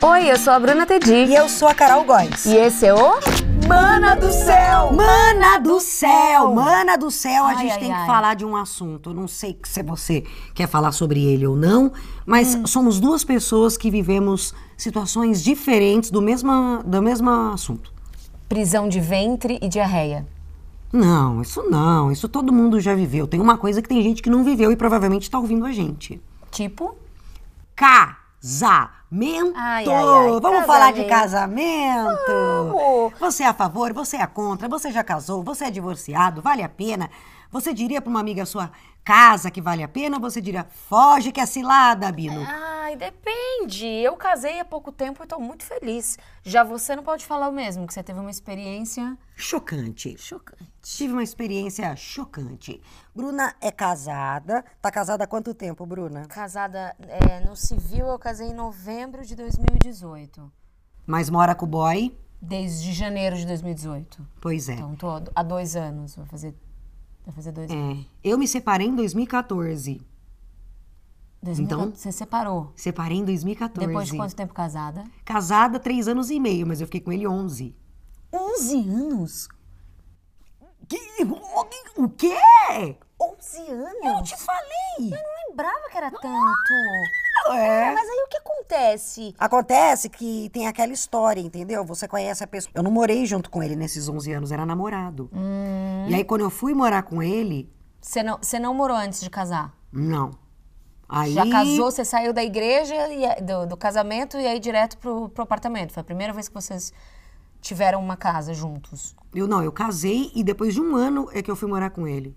Oi, eu sou a Bruna Tedi. E eu sou a Carol Góes. E esse é o. Mana do céu! Mana do céu! Mana do céu, a Ai, gente ai, tem ai. que falar de um assunto. Eu Não sei que se você quer falar sobre ele ou não, mas somos duas pessoas que vivemos situações diferentes do mesmo, do mesmo assunto. Prisão de ventre e diarreia. Não, isso não. Isso todo mundo já viveu. Tem uma coisa que tem gente que não viveu e provavelmente está ouvindo a gente. Tipo? Casamento! Ai, ai, ai, Vamos falar de casamento. casamento! Vamos. Você é a favor, você é contra, você já casou, você é divorciado, vale a pena? Você diria pra uma amiga sua, casa que vale a pena, ou você diria, foge que é cilada, Bino? Ai, depende. Eu casei há pouco tempo e tô muito feliz. Já você não pode falar o mesmo, que você teve uma experiência Chocante. chocante. Tive uma experiência chocante. Bruna é casada. Tá casada há quanto tempo, Bruna? Casada é, no civil, eu casei em novembro de 2018. Mas mora com o boy? Desde janeiro de 2018. Pois é. Então, tô há do- há dois anos. Vai fazer, vai fazer dois anos. É. Eu me separei em 2014. então? Você separou. Separei em 2014. Depois de quanto tempo casada? Casada, três anos e meio, mas eu fiquei com ele 11. 11 anos? Que- O quê? 11 anos? Eu te falei! não lembrava que era tanto. É. Mas aí o que acontece? Acontece que tem aquela história, entendeu? Você conhece a pessoa. Eu não morei junto com ele nesses 11 anos, era namorado. E aí, quando eu fui morar com ele, Você não, você não morou antes de casar? não. Aí, Já casou, você saiu da igreja, e a- do, do casamento e aí direto pro, pro apartamento. Foi a primeira vez que vocês tiveram uma casa juntos. Eu não, eu casei e depois de um ano é que eu fui morar com ele.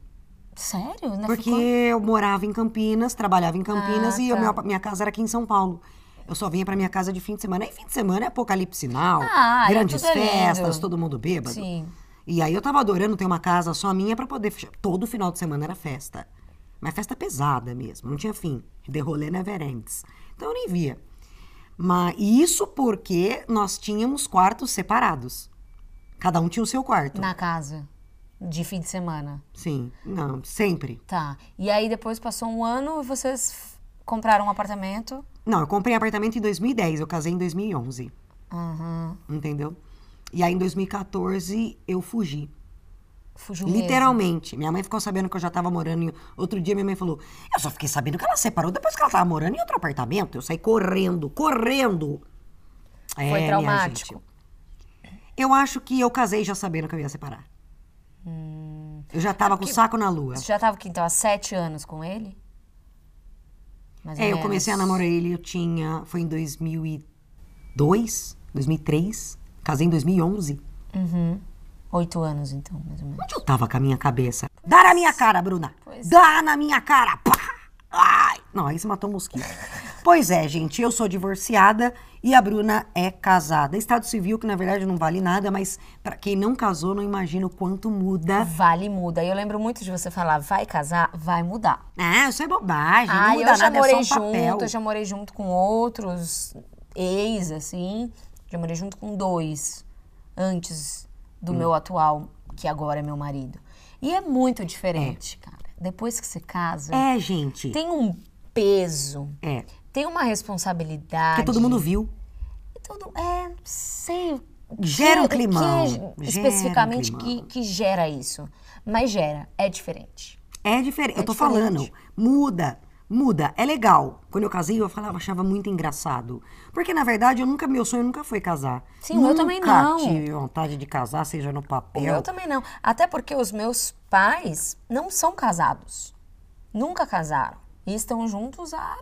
Sério? Ainda Porque ficou- eu morava em Campinas, trabalhava em Campinas Ah, e tá. a minha, minha casa era aqui em São Paulo. Eu só vinha pra minha casa de fim de semana. E fim de semana é apocalipse sinal, Ah, aí grandes tudo é lindo. festas, todo mundo bêbado. Sim. E aí eu tava adorando ter uma casa só minha pra poder fechar. Todo final de semana era festa. Mas festa pesada mesmo, não tinha fim. De rolê never ends. Então eu nem via. Mas isso porque nós tínhamos quartos separados. Cada um tinha o seu quarto. Na casa. De fim de semana. Sim, não, sempre. Tá. E aí depois passou um ano e vocês f- compraram um apartamento. Não, eu comprei apartamento em 2010, eu casei em 2011, Aham. entendeu? E aí em 2014 eu fugi. Fugiu mesmo. Literalmente. Minha mãe ficou sabendo que eu já tava morando em. Outro dia minha mãe falou: Eu só fiquei sabendo que ela separou depois que ela tava morando em outro apartamento. Eu saí correndo, correndo. É, minha traumático? gente. Eu acho que eu casei já sabendo que eu ia separar. Hum. Eu já tava com o saco na lua. Você já tava aqui, então, há sete anos com ele? Mais ou É, eu menos. comecei a namorar ele, eu tinha. Foi em 2002, 2003. Casei em 2011. Oito anos, então, mais ou menos. Onde eu tava com a minha cabeça? Dá na minha cara, Bruna! Pois é. Dá na minha cara! Pá! Ai! Não, aí você matou um mosquito. pois é, gente, eu sou divorciada e a Bruna é casada. Estado civil, que na verdade não vale nada, mas pra quem não casou, não imagina o quanto muda. Vale e muda. E eu lembro muito de você falar, vai casar, vai mudar. Ah, isso é bobagem, não muda eu já nada, é só morei um papel. junto, eu já morei junto com outros ex, assim. Já morei junto com dois antes do Hum. meu atual, que agora é meu marido. E é muito diferente, cara. Depois que você casa, É, gente. tem um peso, É. tem uma responsabilidade. Porque todo mundo viu. E Tudo, é, não sei. Gera um que- climão, que gera um especificamente climão. Que, que gera isso. Mas gera, é diferente. É diferente. eu tô diferente. falando. Muda. Muda. É legal. Quando eu casei, eu falava, achava muito engraçado. Porque, na verdade, eu nunca, meu sonho nunca foi casar. Sim, o meu também Nunca não. tive vontade de casar, seja no O papel. meu também não. Até porque os meus pais não são casados. Nunca casaram. E estão juntos há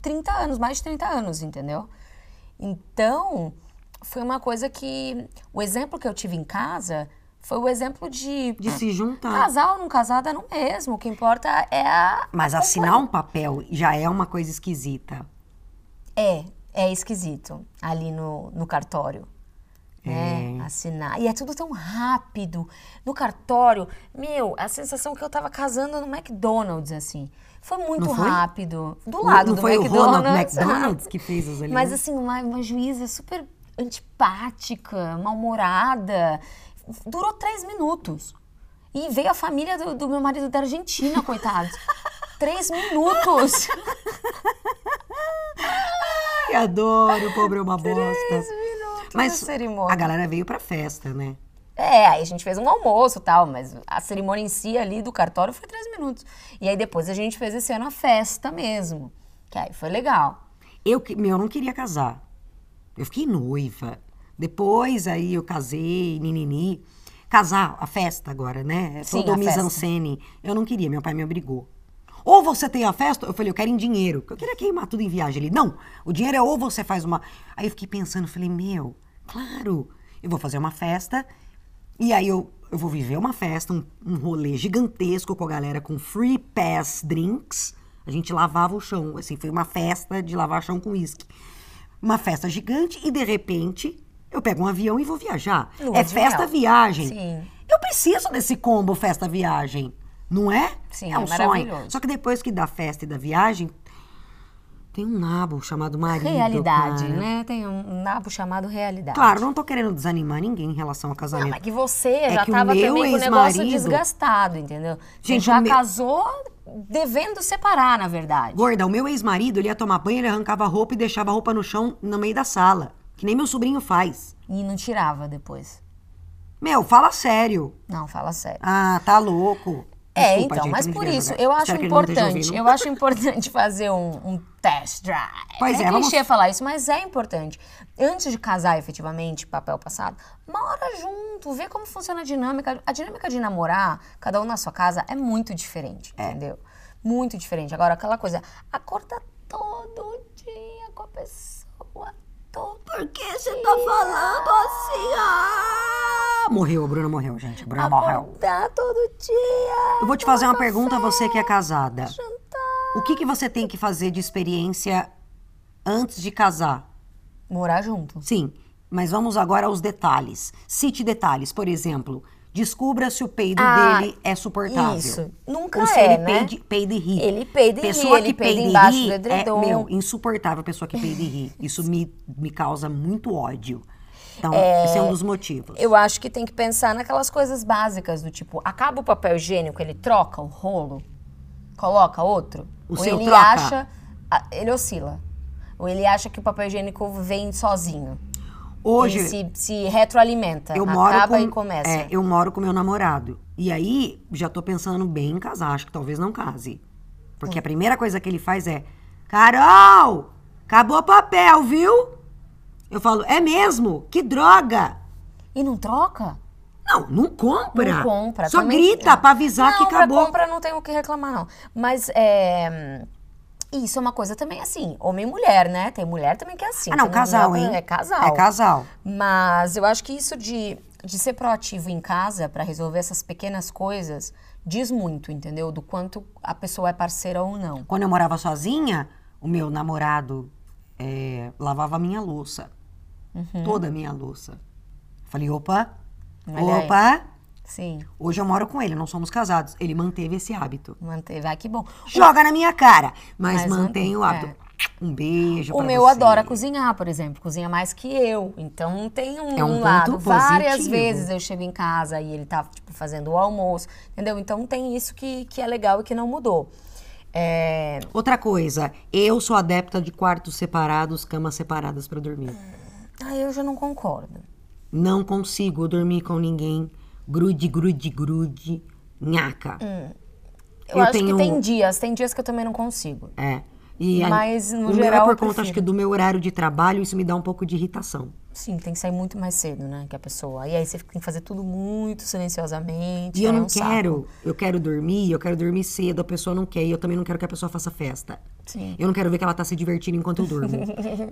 30 anos, mais de 30 anos, entendeu? Então, foi uma coisa que. O exemplo que eu tive em casa foi o exemplo de. De se juntar. Casar ou não casar dá no mesmo. O que importa é a. Mas a assinar um papel já é uma coisa esquisita. É, é esquisito ali no, no cartório. Né? Assinar. E é tudo tão rápido. No cartório, meu, a sensação que eu tava casando no McDonald's, assim. Foi muito Não foi? rápido. Do Não- lado não do foi o McDonald's. Ronald McDonald's que fez as alianças? Mas assim, uma, uma juíza super antipática, mal-humorada. Durou três minutos. E veio a família do, do meu marido da Argentina, coitado. três minutos. Ai, adoro, o pobre é uma bosta. minutos Mas da é cerimônia. a galera veio pra festa, né? É, aí a gente fez um almoço e tal, mas a cerimônia em si ali do cartório foi três minutos. E aí depois a gente fez esse ano a festa mesmo. Que aí foi legal. Eu, que- meu, eu não queria casar. Eu fiquei noiva. Depois aí eu casei, ninini. Casar, a festa agora, né? Sim, Todo a festa. mise-en-scène. Eu não queria, meu pai me obrigou. Ou você tem a festa, eu falei, eu quero em dinheiro. porque Eu queria queimar tudo em viagem. Ele, não, o dinheiro é ou você faz uma... Aí eu fiquei pensando, falei, meu, claro, eu vou fazer uma festa e aí eu, eu vou viver uma festa, um, um rolê gigantesco com a galera com free pass drinks. A gente lavava o chão, assim, foi uma festa de lavar chão com uísque. Uma festa gigante e de repente eu pego um avião e vou viajar. Lua é de mel. festa viagem. Sim. Eu preciso desse combo festa viagem, não é? Sim, é é um sonho. maravilhoso. Só que depois que da festa e da viagem tem um nabo chamado marido. Realidade, cara. né? Tem um nabo chamado realidade. Claro, não tô querendo desanimar ninguém em relação ao casamento. Não, mas que você É já que o tava meu também com o negócio ex-marido- desgastado, entendeu? Gente, você já o meu- casou devendo separar, na verdade. Gorda, o meu ex-marido, ele ia tomar banho, ele arrancava a roupa e deixava a roupa no chão, no meio da sala. Que nem meu sobrinho faz. E não tirava depois. Meu, fala sério. Não, fala sério. Ah, tá louco. É, Desculpa, então, gente, mas não por devia isso, jogar. eu Espero acho que ele não esteja importante, ouvindo. eu acho importante fazer um, um test drive. Pois é, é, vamos- clichê falar isso, mas é importante. Antes de casar, efetivamente, papel passado, mora junto, vê como funciona a dinâmica. A dinâmica de namorar, cada um na sua casa, é muito diferente, entendeu? Muito diferente. Agora, aquela coisa, acorda todo dia com a pessoa, todo Por que você tá falando assim? Ah! Morreu, a Bruna morreu, gente. A Bruna morreu. acordar todo dia. Eu vou te fazer uma pergunta, você que é casada. Jantar. O que, que você tem que fazer de experiência antes de casar? Morar junto. Sim, mas vamos agora aos detalhes. Cite detalhes, por exemplo, descubra se o peido Ah, dele é suportável. isso. Nunca Ou se é, ele né? peide, peida e ri. Ele peida e pessoa ri, que ele peida e embaixo ri do edredom. É, meu, insuportável a pessoa que peida e ri. Isso me, me causa muito ódio. Então, esse é um dos motivos. Eu acho que tem que pensar naquelas coisas básicas do tipo, acaba o papel higiênico, ele troca o rolo, coloca outro. O ou seu ele troca? acha. a- Ele oscila. Ou ele acha que o papel higiênico vem sozinho. Hoje, ele se, se retroalimenta. eu moro É, acaba com, e começa. é, eu moro com meu namorado. E aí, já tô pensando bem em casar. Acho que talvez não case. Porque a primeira coisa que ele faz é... Carol! Acabou o papel, viu? Eu falo, é mesmo? Que droga! E não troca? Não, não compra. Não compra. Só também- é. grita pra avisar não, que acabou. Pra compra não tem o que reclamar, não. Mas é. Isso é uma coisa também assim, homem e mulher, né? Tem mulher também que é assim. Ah, não, tem- casal, hein? É casal. É casal. Mas eu acho que isso de, de ser proativo em casa pra resolver essas pequenas coisas diz muito, entendeu? Do quanto a pessoa é parceira ou não. Quando eu morava sozinha, o meu namorado é, lavava a minha louça. Uhum. Toda a minha louça. Falei, opa, Olha aí. opa. Sim, Hoje eu moro com ele, não somos casados. Ele manteve esse hábito. manteve. Ah, que bom. Joga na minha cara, mas, Mas é. mantém o hábito. Um beijo O pra meu você. adora cozinhar, por exemplo, cozinha mais que eu. Então tem um, É um um lado. ponto Várias positivo. vezes eu chego em casa e ele tá tipo, fazendo o almoço, entendeu? Então tem isso que, que é legal e que não mudou. É, Outra coisa, eu sou adepta de quartos separados, camas separadas pra dormir. Ah, eu já não concordo. Não consigo dormir com ninguém. Grude, grude, grude. Nhaca. Eu, acho que tem dias, tem dias que eu também não consigo. É. E a- Mas, no o meu é geral, por eu conta, acho prefiro. que do meu horário de trabalho, isso me dá um pouco de irritação. Sim, tem que sair muito mais cedo, né? Que a pessoa. E aí você tem que fazer tudo muito silenciosamente. E eu é não um saco. quero, eu quero dormir, eu quero dormir cedo, a pessoa não quer, e eu também não quero que a pessoa faça festa. Sim. Eu não quero ver que ela tá se divertindo enquanto eu durmo.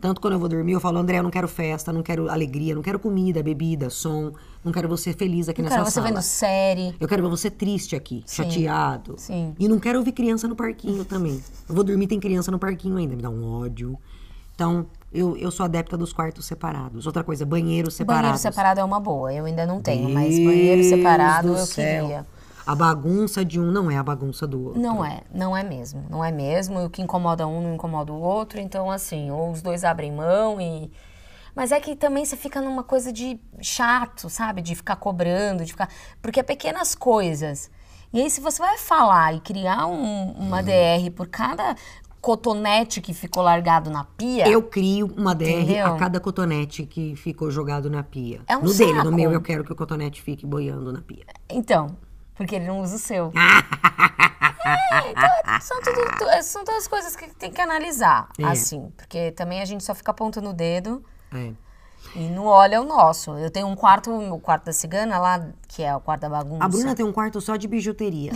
Tanto quando eu vou dormir, eu falo, André, eu não quero festa, não quero alegria, não quero comida, bebida, som, não quero você feliz aqui Não nessa quero você sala. vendo série. Eu quero ver você triste aqui, chateado. sim. E não quero ouvir criança no parquinho também. Eu vou dormir, tem criança no parquinho ainda, me dá um ódio. Então, eu, eu sou adepta dos quartos separados. Outra coisa, banheiro separado. Banheiro separado é uma boa. Eu ainda não tenho, mas banheiro separado eu queria. A bagunça de um não é a bagunça do outro. Não é, não é mesmo, não é mesmo. E o que incomoda um não incomoda o outro, então assim, ou os dois abrem mão e. Mas é que também você fica numa coisa de chato, sabe? De ficar cobrando, de ficar. Porque é pequenas Uhum. coisas. E aí, se você vai falar e criar um- uma DR por cada cotonete que ficou largado na pia. Eu crio uma DR é. Entendeu? a cada cotonete que ficou jogado na pia. É um no dele, saco. no meu eu quero que o cotonete fique boiando na pia. Então, porque ele não usa o seu. É, então, são, tudo- tu- é, são todas coisas que tem que analisar, É. assim. Porque também a gente só fica apontando o dedo É. e não olha o nosso. Eu tenho um quarto, o quarto da cigana lá, que é o quarto da bagunça. A Bruna tem um quarto só de bijuteria.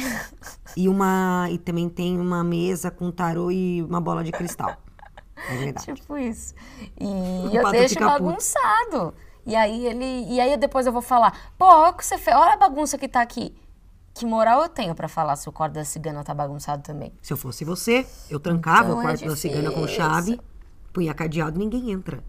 e uma e também tem uma mesa com tarô e uma bola de cristal. É verdade. Tipo isso. E O eu pato deixo fica puto. bagunçado. E aí ele. E aí depois eu vou falar, pô, olha o que você fez, olha a bagunça que tá aqui. Que moral eu tenho pra falar se o quarto da cigana tá bagunçado também? Se eu fosse você, eu trancava Então o é quarto da cigana com difícil. chave, punha cadeado e ninguém entra.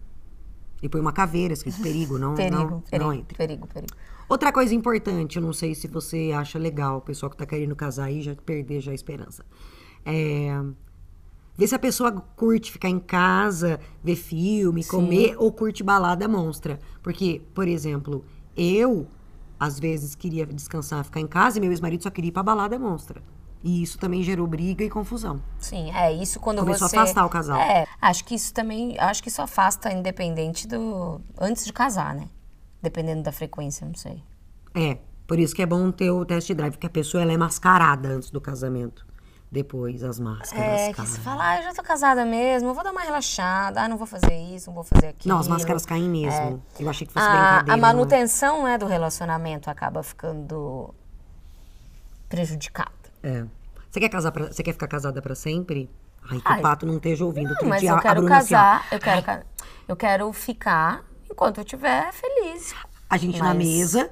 E põe uma caveira, escrito perigo, não, Perigo, não, perigo, não entre. perigo, perigo. Outra coisa importante, eu não sei se você acha legal, o pessoal que tá querendo casar aí já perder já a esperança. É... Ver se a pessoa curte ficar em casa, ver filme, comer ou curte balada monstra. Porque, por exemplo, eu às vezes queria descansar, ficar em casa e meu ex-marido só queria ir pra balada monstra. E isso também gerou briga e confusão. Sim, é isso quando Começou a você. afastar o casal. É, acho que isso também, acho que isso afasta independente do antes de casar, né? Dependendo da frequência, não sei. É, por isso que é bom ter o test drive, porque a pessoa ela é mascarada antes do casamento. Depois as máscaras É, que caem. se fala, ah, eu já tô casada mesmo, eu vou dar uma relaxada, ah, não vou fazer isso, não vou fazer aquilo. Não, as máscaras caem mesmo. Eu achei que fosse a, brincadeira. a não é? manutenção né, do relacionamento acaba ficando prejudicada. É. Você quer casar pra- você quer ficar casada pra sempre? Ai, que Ai. o pato não esteja ouvindo. Outro Não, mas dia eu a quero Bruna assim, ó, casar, eu quero, ca- eu quero ficar enquanto eu estiver feliz. a gente na mas- mesa.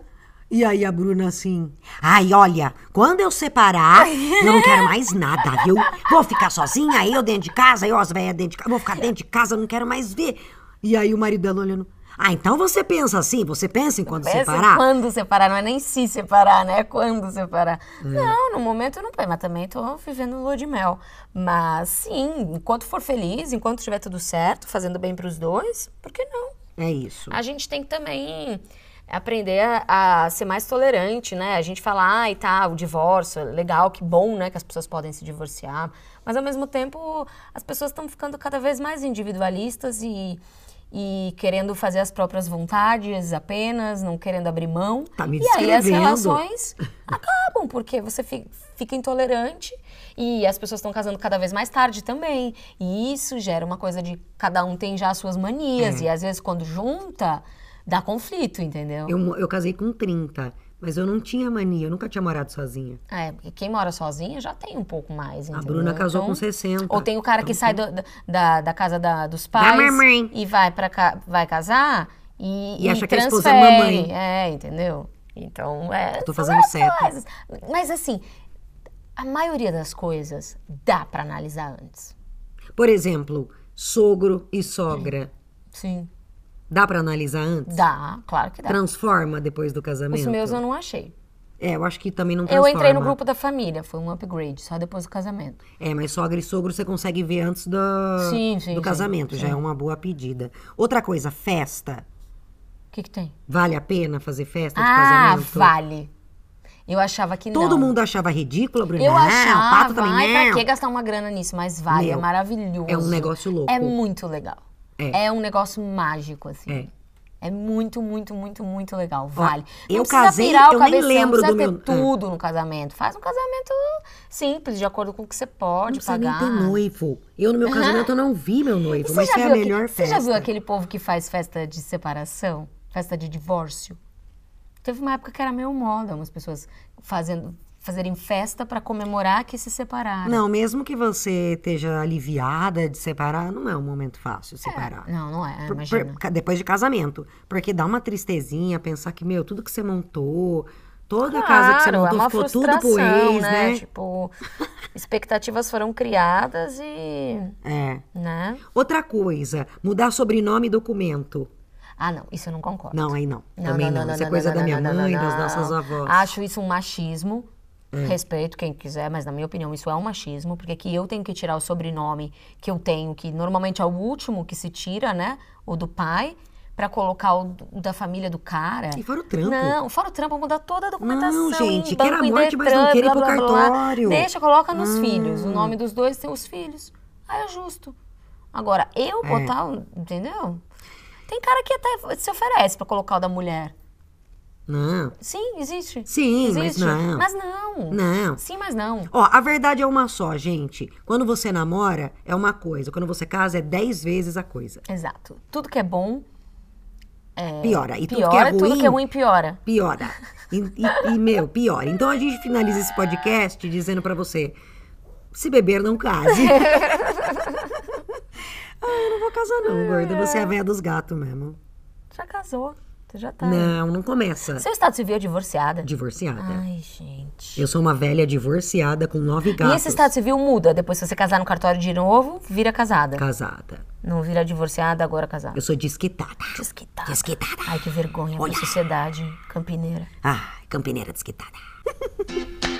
E aí a Bruna assim, ai, olha, quando eu separar, eu não quero mais nada, viu? Vou ficar sozinha, eu dentro de casa, eu as velhas dentro de casa, vou ficar dentro de casa, eu não quero mais ver. E aí o marido dela olhando, ah, então você pensa assim, você pensa em quando Pensa em separar? Quando separar, não é nem se separar, né? É quando separar. É. Não, no momento eu não penso, mas também tô vivendo lua de mel. Mas sim, enquanto for feliz, enquanto estiver tudo certo, fazendo bem pros dois, por que não? É isso. A gente tem que também aprender a, a ser mais tolerante, né? A gente fala, ai, tá, o divórcio, é legal, que bom, né, que as pessoas podem se divorciar. Mas, ao mesmo tempo, as pessoas estão ficando cada vez mais individualistas e, e querendo fazer as próprias vontades apenas, não querendo abrir mão. Tá me e aí as descrevendo. relações acabam, porque você fi- fica intolerante e as pessoas estão casando cada vez mais tarde também. E isso gera uma coisa de cada um tem já as suas manias. Uhum. E às vezes, quando junta, dá conflito, entendeu? Eu, mo- eu casei com 30, mas eu não tinha mania, eu nunca tinha morado sozinha. É, porque quem mora sozinha já tem um pouco mais, A entendeu? Bruna casou Então- com 60. Ou tem o cara que sai do- da- da, da casa da- dos pais mamãe. e vai para vai casar e, E acha que a esposa é transfere. mamãe. É, entendeu? Então, é. Tô são fazendo várias certo. coisas. Mas assim, a maioria das coisas dá para analisar antes. Por exemplo, sogro e sogra. Sim. Dá pra analisar antes? Dá, claro que dá. Transforma depois do casamento? Os meus eu não achei. É, eu acho que também não Eu transforma. entrei no grupo da família, foi um upgrade, só depois do casamento. É, mas sogra e sogro você consegue ver antes do, Sim, sim, Ah, do sim, casamento. Já é uma boa pedida. Outra coisa, festa. O que, que tem? Vale a pena fazer festa de Ah, casamento? vale. Eu achava que não. Todo mundo achava ridícula, Bruna. Eu não, achava, o pato também ai, não. pra que gastar uma grana nisso? Mas vale, é Meu, maravilhoso. é um negócio louco. É muito legal. É. É, um negócio mágico, assim. É. muito, muito, muito, muito legal. Vale. eu não precisa casei, pirar o eu nem cabeção, lembro não do precisa meu- é. ter tudo no casamento. Faz um casamento simples, de acordo com o que você Não pode precisa nem pagar. ter noivo. Eu, no meu casamento, eu não vi meu noivo, E mas já foi a viu aque- melhor Você festa. já viu aquele povo que faz festa de separação? Festa de divórcio? Teve uma época que era meio moda, umas pessoas fazendo, fazerem festa pra comemorar que se separaram. Não, mesmo que você esteja aliviada de separar, não é um momento fácil separar. Não, não é, Por- imagina. por- ca- depois de casamento. Porque dá uma tristezinha pensar que, meu, tudo que você montou, toda a casa um que você Claro, montou é uma ficou tudo pro frustração, ex, né? Tipo, expectativas foram criadas e, É. né? Outra coisa, mudar sobrenome e documento. Ah, não, isso eu não concordo. Não, aí não. Também não. Isso é coisa não, da não, minha não, não, mãe, não, das não. nossas avós. É. Acho isso um machismo. Respeito quem quiser, mas na minha opinião isso é um machismo, porque que eu tenho que tirar o sobrenome que eu tenho, que normalmente é o último que se tira, né? O do pai, pra colocar o do- da família do cara. E fora o trampo. Não, fora o trampo, muda toda a documentação. Não, gente, banco quero a e morte, mas não Detran, quero blá, ir pro blá, blá. cartório. Deixa, coloca nos Ah. filhos. O nome dos dois tem os filhos. aí é justo. Agora, eu É. botar, o- entendeu? Tem cara que até se oferece pra colocar o da mulher. Não. Sim, existe. Sim, mas existe. não. Mas não. Não. Sim, mas não. Ó, a verdade é uma só, gente. Quando você namora, é uma coisa. Quando você casa, é dez vezes a coisa. Exato. Tudo que é bom piora. E tudo que é piora, ruim, tudo que é ruim piora. piora. E, e- e, meu, piora. Então a gente finaliza esse podcast dizendo pra você: se beber, não case. ah, eu não vou casar, não, gorda. Você é a véia dos gatos mesmo. Já casou. Você já tá. Não, não começa. Seu estado civil é divorciada? Divorciada. Ai, gente. Eu sou uma velha divorciada com nove gatos. E tá- esse estado civil muda depois se você casar no cartório de novo, vira casada. Casada. Não vira divorciada, agora casada. Eu sou desquitada. Desquitada. Desquitada. Ai, que vergonha pra sociedade campineira. Ah, campineira desquitada.